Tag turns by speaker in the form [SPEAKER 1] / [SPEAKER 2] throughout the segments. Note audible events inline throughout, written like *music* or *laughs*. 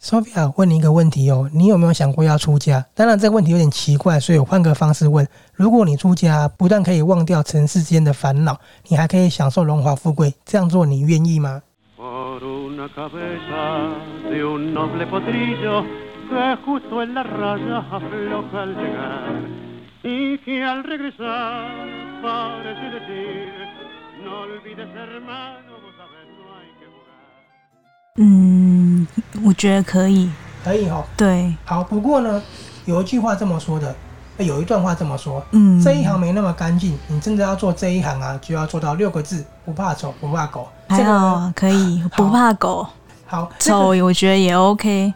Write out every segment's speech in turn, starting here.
[SPEAKER 1] Sophia 问你一个问题哦，你有没有想过要出家？当然，这个问题有点奇怪，所以我换个方式问：如果你出家，不但可以忘掉尘世间的烦恼，你还可以享受荣华富贵，这样做你愿意吗？
[SPEAKER 2] por una cabeza de un noble potrillo que justo en la raya afloja al llegar y que al regresar parece decir no olvides hermano vos sabés no hay que jugar
[SPEAKER 3] 嗯，我觉得可以。
[SPEAKER 1] 可以哦。
[SPEAKER 3] 对，
[SPEAKER 1] 好，不过呢，有一句话这么说的，呃有一段话这么说：
[SPEAKER 3] 嗯，
[SPEAKER 1] 这一行没那么干净，你真的要做这一行啊，就要做到六个字：不怕丑，不怕狗。这
[SPEAKER 3] 还
[SPEAKER 1] 个呢
[SPEAKER 3] 好可以，不怕狗
[SPEAKER 1] 好，这
[SPEAKER 3] 丑
[SPEAKER 1] 个，
[SPEAKER 3] 我觉得也 OK。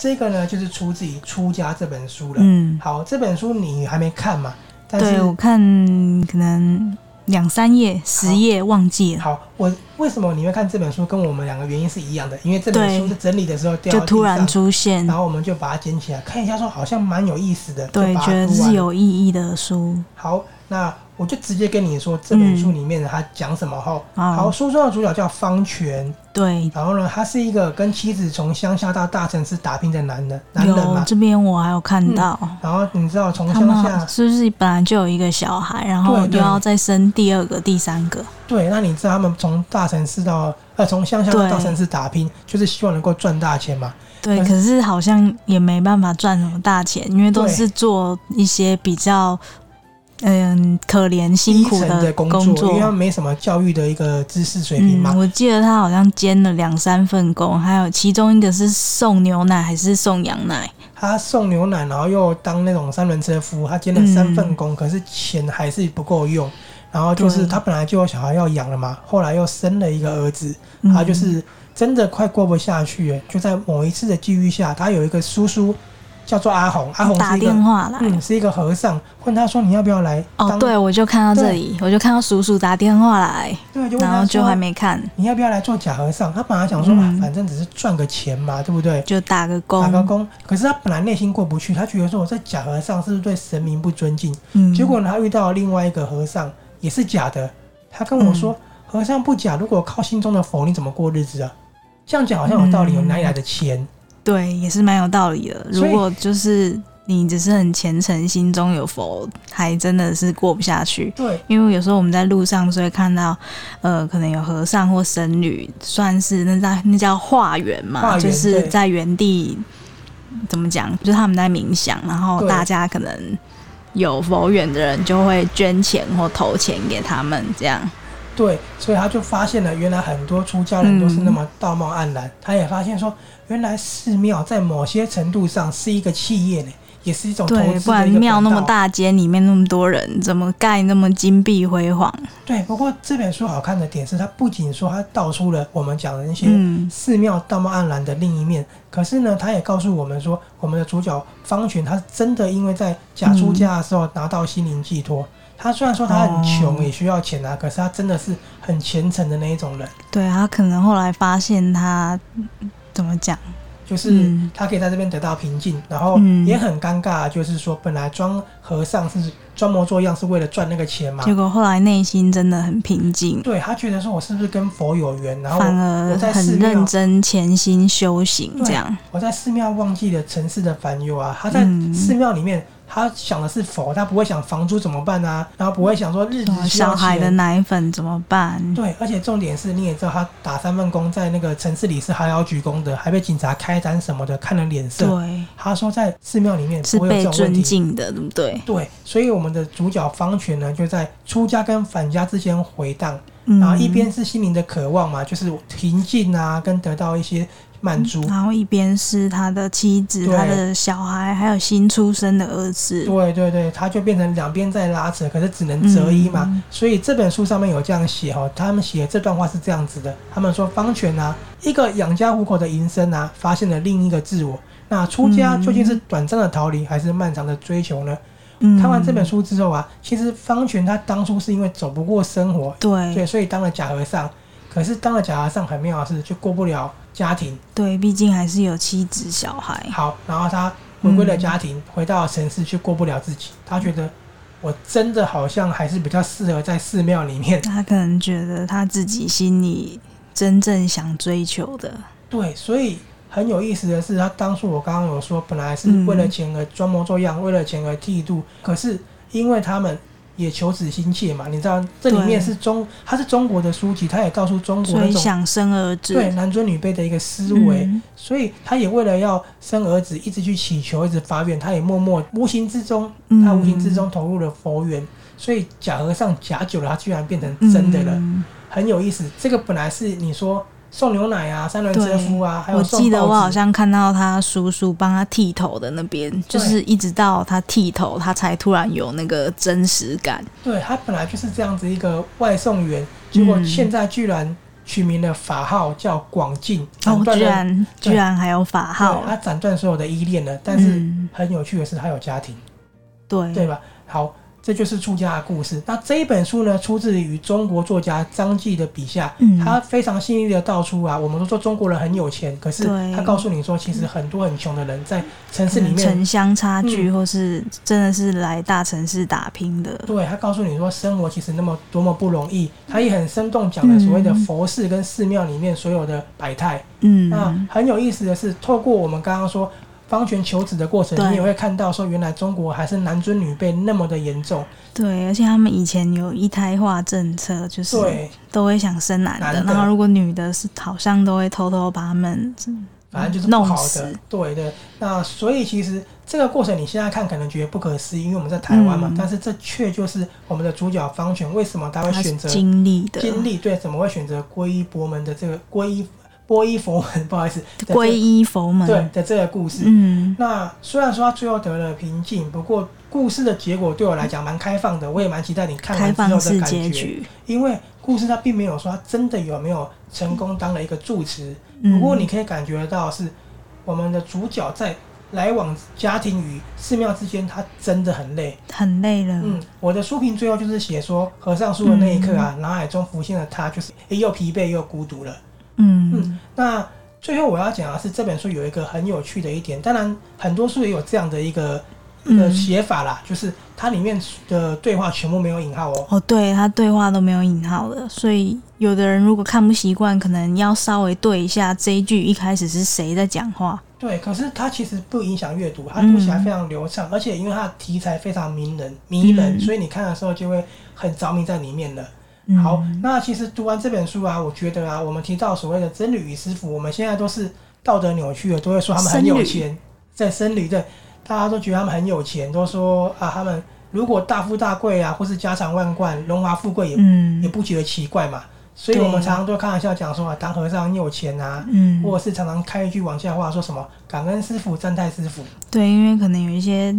[SPEAKER 1] 这个呢，就是出自于《出家》这本书了。
[SPEAKER 3] 嗯，
[SPEAKER 1] 好，这本书你还没看嘛？但是
[SPEAKER 3] 对我看可能两三页、十页忘记了，
[SPEAKER 1] 好，我为什么你会看这本书？跟我们两个原因是一样的，因为这本书
[SPEAKER 3] 对
[SPEAKER 1] 是整理的时候掉
[SPEAKER 3] 就
[SPEAKER 1] 到地
[SPEAKER 3] 突然
[SPEAKER 1] 上
[SPEAKER 3] 出现
[SPEAKER 1] 然，后我们就把它捡起来看一下，说好像蛮有意思的，
[SPEAKER 3] 对，
[SPEAKER 1] 就把它
[SPEAKER 3] 觉得
[SPEAKER 1] 读
[SPEAKER 3] 是
[SPEAKER 1] 完
[SPEAKER 3] 有意义的书。
[SPEAKER 1] 好，那我就直接跟你说这
[SPEAKER 3] 嗯
[SPEAKER 1] 本书里面它讲什么哈。
[SPEAKER 3] 好
[SPEAKER 1] 好，书中的主角叫方全，
[SPEAKER 3] 对，
[SPEAKER 1] 然后呢，他是一个跟妻子从乡下到大城市打拼的男人，男人
[SPEAKER 3] 有
[SPEAKER 1] 嘛。
[SPEAKER 3] 这边我还有看到。
[SPEAKER 1] 然后你知道从
[SPEAKER 3] 他
[SPEAKER 1] 乡
[SPEAKER 3] 们
[SPEAKER 1] 下，
[SPEAKER 3] 是不是本来就有一个小孩，然后
[SPEAKER 1] 对对
[SPEAKER 3] 又要再生第二个、第三个？
[SPEAKER 1] 对，那你知道他们从大城市到呃从乡下到
[SPEAKER 3] 对
[SPEAKER 1] 大城市打拼，就是希望能够赚大钱嘛。
[SPEAKER 3] 对，
[SPEAKER 1] 但
[SPEAKER 3] 可是好像也没办法赚什么大钱，因为都
[SPEAKER 1] 对
[SPEAKER 3] 是做一些比较嗯可怜辛苦
[SPEAKER 1] 低层的
[SPEAKER 3] 工
[SPEAKER 1] 作，因为他没什么教育的一个知识水平
[SPEAKER 3] 嗯
[SPEAKER 1] 嘛，。
[SPEAKER 3] 我记得他好像兼了两三份工，还有其中一个是送牛奶还是送羊奶？
[SPEAKER 1] 他送牛奶，然后又当那种三轮车夫，他兼了三份工，
[SPEAKER 3] 嗯
[SPEAKER 1] 可是钱还是不够用。然后就是
[SPEAKER 3] 对
[SPEAKER 1] 他本来就有小孩要养了嘛，后来又生了一个儿子，
[SPEAKER 3] 嗯
[SPEAKER 1] 他就是真的快过不下去了。就在某一次的际遇下，他有一个叔叔叫做阿红，阿红
[SPEAKER 3] 打
[SPEAKER 1] 是一个
[SPEAKER 3] 电话来。
[SPEAKER 1] 嗯是一个和尚，问他说你要不要来当？
[SPEAKER 3] 哦，对，我就看到这
[SPEAKER 1] 对
[SPEAKER 3] 里，我就看到叔叔打电话来，
[SPEAKER 1] 对，就问
[SPEAKER 3] 然
[SPEAKER 1] 他
[SPEAKER 3] 后就
[SPEAKER 1] 说
[SPEAKER 3] 还没看，
[SPEAKER 1] 你要不要来做假和尚？他本来想说、
[SPEAKER 3] 嗯
[SPEAKER 1] 啊，反正只是赚个钱嘛，对不对？
[SPEAKER 3] 就打个
[SPEAKER 1] 打
[SPEAKER 3] 工，
[SPEAKER 1] 个工，可是他本来内心过不去，他觉得说我在假和尚是不是对神明不尊敬？
[SPEAKER 3] 嗯，
[SPEAKER 1] 结果呢，他遇到另外一个和尚，也是假的。他跟我
[SPEAKER 3] 嗯
[SPEAKER 1] 说，和尚不假，如果靠心中的佛，你怎么过日子啊？这样讲好像有道理，
[SPEAKER 3] 嗯
[SPEAKER 1] 有哪里来的钱？
[SPEAKER 3] 对，也是蛮有道理的。
[SPEAKER 1] 所以
[SPEAKER 3] 如果就是你只是很虔诚，心中有佛，还真的是过不下去。
[SPEAKER 1] 对，
[SPEAKER 3] 因为有时候我们在路上是会看到，呃，可能有和尚或僧侣，算是那叫那叫化缘嘛，
[SPEAKER 1] 化缘
[SPEAKER 3] 就是
[SPEAKER 1] 对
[SPEAKER 3] 在原地怎么讲，就是他们在冥想，然后
[SPEAKER 1] 对
[SPEAKER 3] 大家可能有佛缘的人就会捐钱或投钱给他们，这样。
[SPEAKER 1] 对，所以他就发现了，原来很多出家人
[SPEAKER 3] 嗯
[SPEAKER 1] 都是那么道貌岸然。他也发现说，原来寺庙在某些程度上是一个企业呢，也是一哦种投
[SPEAKER 3] 对，
[SPEAKER 1] 资
[SPEAKER 3] 不
[SPEAKER 1] 的
[SPEAKER 3] 然
[SPEAKER 1] 一个
[SPEAKER 3] 庙那
[SPEAKER 1] 管
[SPEAKER 3] 么
[SPEAKER 1] 道
[SPEAKER 3] 大街里面那么多人，怎么盖那么金碧辉煌？
[SPEAKER 1] 对，不过这本书好看的点是，它不仅说它道出了我们讲的那些
[SPEAKER 3] 嗯
[SPEAKER 1] 寺庙道貌岸然的另一面，可是呢，它也告诉我们说，我们的主角方权，他真的因为在假出家的时候拿到心灵寄托。他虽然说他很穷，
[SPEAKER 3] 哦
[SPEAKER 1] 也需要钱啊，可是他真的是很虔诚的那一种人，
[SPEAKER 3] 对他可能后来发现他嗯怎么讲，
[SPEAKER 1] 就是
[SPEAKER 3] 嗯
[SPEAKER 1] 他可以在这边得到平静，然后
[SPEAKER 3] 嗯
[SPEAKER 1] 也很尴尬，就是说本来装和尚是装模作样是为了赚那个钱嘛，
[SPEAKER 3] 结果后来内心真的很平静，
[SPEAKER 1] 对他觉得说我是不是跟佛有缘，然后
[SPEAKER 3] 反
[SPEAKER 1] 我
[SPEAKER 3] 而
[SPEAKER 1] 我在寺
[SPEAKER 3] 很
[SPEAKER 1] 庙
[SPEAKER 3] 认真潜心修行，
[SPEAKER 1] 对啊
[SPEAKER 3] 这样
[SPEAKER 1] 我在寺庙忘记了城市的烦忧啊，他在
[SPEAKER 3] 嗯
[SPEAKER 1] 寺庙里面，他想的是佛，他不会想房租怎么办啊，然后不会想说日
[SPEAKER 3] 什
[SPEAKER 1] 子
[SPEAKER 3] 么
[SPEAKER 1] 需要
[SPEAKER 3] 哦小孩的
[SPEAKER 1] 钱。
[SPEAKER 3] 奶粉怎么办？
[SPEAKER 1] 对，而且重点是，你也知道他打三份工，在那个城市里是还要鞠躬的，还被警察开单什么的，看了脸色。
[SPEAKER 3] 对，
[SPEAKER 1] 他说在寺庙里面
[SPEAKER 3] 是
[SPEAKER 1] 不会有这
[SPEAKER 3] 被
[SPEAKER 1] 种问
[SPEAKER 3] 尊
[SPEAKER 1] 题。
[SPEAKER 3] 敬的，对不对？
[SPEAKER 1] 对，所以我们的主角方权呢，就在出家跟返家之间回荡，
[SPEAKER 3] 嗯
[SPEAKER 1] 然后一边是心灵的渴望嘛，就是平静啊，跟得到一些满足。
[SPEAKER 3] 然后一边是他的妻子、
[SPEAKER 1] 对
[SPEAKER 3] 他的小孩，还有新出生的儿子。
[SPEAKER 1] 对对对，他就变成两边在拉扯，可是只能择一嘛。
[SPEAKER 3] 嗯
[SPEAKER 1] 所以这本书上面有这样写哦，他们写这段话是这样子的：他们说方权啊，一个养家糊口的营生啊，发现了另一个自我。那出家
[SPEAKER 3] 嗯
[SPEAKER 1] 究竟是短暂的逃离，还是漫长的追求呢？
[SPEAKER 3] 嗯
[SPEAKER 1] 看完这本，书之后啊，其实方权他当初是因为走不过生活，对，
[SPEAKER 3] 对
[SPEAKER 1] 所以当了假和尚。可是当了假和尚很妙的啊是，就过不了家庭。
[SPEAKER 3] 对，毕竟还是有妻子、小孩。
[SPEAKER 1] 好，然后他回归了家庭，回到城市却过不了自己。他觉得我真的好像还是比较适合在寺庙里面。
[SPEAKER 3] 他可能觉得他自己心里真正想追求的，
[SPEAKER 1] 对，所以很有意思的是，他当初我刚刚有说，本来是为了钱而装模作样，为了钱而剃度，可是因为他们也求子心切嘛，你知道这里面
[SPEAKER 3] 对
[SPEAKER 1] 是中，它是中国的书籍，它也告诉中国
[SPEAKER 3] 所
[SPEAKER 1] 那
[SPEAKER 3] 以
[SPEAKER 1] 种
[SPEAKER 3] 想生儿子，
[SPEAKER 1] 对男尊女卑的一个思维，
[SPEAKER 3] 嗯
[SPEAKER 1] 所以他也为了要生儿子，一直去祈求，一直发愿，他也默默无形之中，
[SPEAKER 3] 嗯
[SPEAKER 1] 他无形之中投入了佛缘，所以假和尚假久了，他居然变成真的了，
[SPEAKER 3] 嗯
[SPEAKER 1] 很有意思。这个本来是你说送牛奶啊、三轮车
[SPEAKER 3] 对
[SPEAKER 1] 夫啊，还有
[SPEAKER 3] 我
[SPEAKER 1] 送
[SPEAKER 3] 记得
[SPEAKER 1] 报
[SPEAKER 3] 我
[SPEAKER 1] 纸
[SPEAKER 3] 好像看到他叔叔帮他剃头的那边，就是一直到他剃头，他才突然有那个真实感。
[SPEAKER 1] 对他本来就是这样子一个外送员，结果
[SPEAKER 3] 嗯
[SPEAKER 1] 现在居然取名了法号叫广进，斩
[SPEAKER 3] 哦，
[SPEAKER 1] 断
[SPEAKER 3] 居
[SPEAKER 1] 了
[SPEAKER 3] 然
[SPEAKER 1] 对
[SPEAKER 3] 居然还有法号
[SPEAKER 1] 对，他斩断所有的依恋了。但是
[SPEAKER 3] 嗯，
[SPEAKER 1] 很有趣的是，他有家庭，
[SPEAKER 3] 对
[SPEAKER 1] 对吧？好，这就是出家的故事。那这一本书呢，出自于中国作家张继的笔下。
[SPEAKER 3] 嗯
[SPEAKER 1] 他非常幸运的道出啊，我们都说中国人很有钱，可是
[SPEAKER 3] 对
[SPEAKER 1] 他告诉你说，其实很多很穷的人在城市里
[SPEAKER 3] 可能
[SPEAKER 1] 面
[SPEAKER 3] 城乡差距，
[SPEAKER 1] 嗯
[SPEAKER 3] 或是真的是来大城市打拼的，
[SPEAKER 1] 对他告诉你说，生活其实那么多么不容易，他也很生动讲了所谓的
[SPEAKER 3] 嗯
[SPEAKER 1] 佛寺跟寺庙里面所有的百态。那
[SPEAKER 3] 嗯，
[SPEAKER 1] 很有意思的是，透过我们刚刚说方权求子的过程，
[SPEAKER 3] 对
[SPEAKER 1] 你也会看到说，原来中国还是男尊女卑那么的严重。
[SPEAKER 3] 对，而且他们以前有一胎化政策，就是
[SPEAKER 1] 对，
[SPEAKER 3] 都会想生男的，
[SPEAKER 1] 男的
[SPEAKER 3] 然后如果女的是好像都会偷偷把他们
[SPEAKER 1] 反正就是不
[SPEAKER 3] 哦弄
[SPEAKER 1] 好的
[SPEAKER 3] 死，。
[SPEAKER 1] 对对。那所以其实这个过程你现在看可能觉得不可思议，因为我们在台湾嘛，
[SPEAKER 3] 嗯
[SPEAKER 1] 但是这却就是我们的主角方权为什么他会
[SPEAKER 3] 他是
[SPEAKER 1] 选择
[SPEAKER 3] 经历的
[SPEAKER 1] 经历，对，怎么会选择皈依佛门的这个皈依皈依佛门？不好意
[SPEAKER 3] *laughs*
[SPEAKER 1] 思，的这
[SPEAKER 3] 皈依佛门，
[SPEAKER 1] 对的这个故事。
[SPEAKER 3] 嗯，
[SPEAKER 1] 那虽然说他最后得了平静，不过故事的结果对我来讲蛮开放的，我也蛮期待你看
[SPEAKER 3] 开
[SPEAKER 1] 完之
[SPEAKER 3] 放
[SPEAKER 1] 后的
[SPEAKER 3] 式
[SPEAKER 1] 感觉。
[SPEAKER 3] 结局。
[SPEAKER 1] 因为故事它并没有说他真的有没有成功当了一个住持，
[SPEAKER 3] 嗯
[SPEAKER 1] 不过你可以感觉得到是我们的主角在来往家庭与寺庙之间，他真的很累。
[SPEAKER 3] 很累了，
[SPEAKER 1] 嗯，我的书评最后就是写说，和尚书的那一刻啊，脑海中浮现了他，就是又疲惫又孤独了。
[SPEAKER 3] 嗯
[SPEAKER 1] 嗯，那最后我要讲的是，这本书有一个很有趣的一点，当然很多书也有这样的一个
[SPEAKER 3] 嗯
[SPEAKER 1] 呃写法啦，就是它里面的对话全部没有引号哦。
[SPEAKER 3] 哦，对他对话都没有引号的，所以有的人如果看不习惯，可能要稍微对一下这一句一开始是谁在讲话。
[SPEAKER 1] 对，可是它其实不影响阅读，它读
[SPEAKER 3] 嗯
[SPEAKER 1] 起来非常流畅，而且因为它的题材非常迷人，迷人，
[SPEAKER 3] 嗯
[SPEAKER 1] 所以你看的时候就会很着迷在里面了。
[SPEAKER 3] 嗯、
[SPEAKER 1] 好，那其实读完这本书啊，我觉得啊，我们提到所谓的僧侣与师傅，我们现在都是道德扭曲了，都会说他们很有钱，在僧侣对，大家都觉得他们很有钱，都说啊，他们如果大富大贵啊，或是家财万贯、荣华富贵也、也
[SPEAKER 3] 嗯
[SPEAKER 1] 不觉得奇怪嘛。所以
[SPEAKER 3] 对
[SPEAKER 1] 我们常常都开玩笑讲说啊，当和尚很有钱啊，
[SPEAKER 3] 嗯，
[SPEAKER 1] 或者是常常开一句玩笑话说什么感恩师傅、赞叹师傅。
[SPEAKER 3] 对，因为可能有一些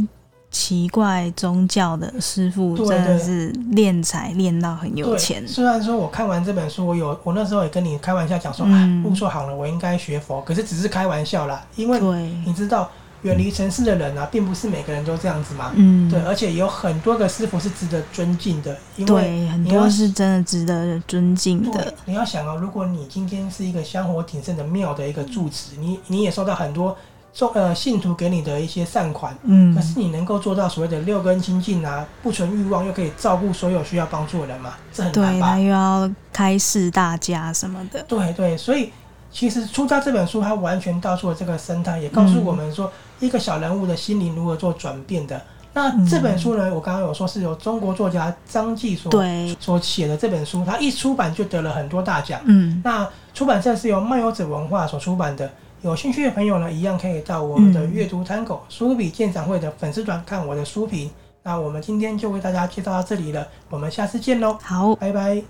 [SPEAKER 3] 奇怪宗教的师傅
[SPEAKER 1] 对
[SPEAKER 3] 真的
[SPEAKER 1] 对
[SPEAKER 3] 是练财练到很有
[SPEAKER 1] 对
[SPEAKER 3] 钱，
[SPEAKER 1] 虽然说我看完这本书，我有我那时候也跟你开玩笑讲说，哎、
[SPEAKER 3] 嗯
[SPEAKER 1] 不说好了，我应该学佛，可是只是开玩笑啦，因为
[SPEAKER 3] 对，
[SPEAKER 1] 你知道远离城市的人啊，并不是每个人都这样子嘛。
[SPEAKER 3] 嗯，
[SPEAKER 1] 对，而且有很多个师傅是值得尊敬的，因为
[SPEAKER 3] 对，很
[SPEAKER 1] 你要
[SPEAKER 3] 多是真的值得尊敬
[SPEAKER 1] 对
[SPEAKER 3] 的，，
[SPEAKER 1] 你要想啊，如果你今天是一个香火鼎盛的庙的一个住持，你你也收到很多众呃信徒给你的一些善款，
[SPEAKER 3] 嗯
[SPEAKER 1] 可，是你能够做到所谓的六根清净啊，不存欲望，又可以照顾所有需要帮助的人嘛，这很难
[SPEAKER 3] 对
[SPEAKER 1] 吧
[SPEAKER 3] 他？又要开示大家什么的，
[SPEAKER 1] 对对，所以其实《出家》这本书，它完全道出了这个生态，也告诉我们
[SPEAKER 3] 嗯
[SPEAKER 1] 说一个小人物的心灵如何做转变的。
[SPEAKER 3] 嗯
[SPEAKER 1] 那这本书呢，我刚刚有说是由中国作家张继所
[SPEAKER 3] 对，
[SPEAKER 1] 所写的这本书，它一出版就得了很多大奖。
[SPEAKER 3] 嗯，
[SPEAKER 1] 那出版社是由漫游者文化所出版的。有兴趣的朋友呢，一样可以到我们的
[SPEAKER 3] 嗯
[SPEAKER 1] 阅读 Tango 书笔鉴赏会的粉丝团看我的书评。那我们今天就为大家介绍到这里了，我们下次见喽，
[SPEAKER 3] 好，
[SPEAKER 1] 拜拜。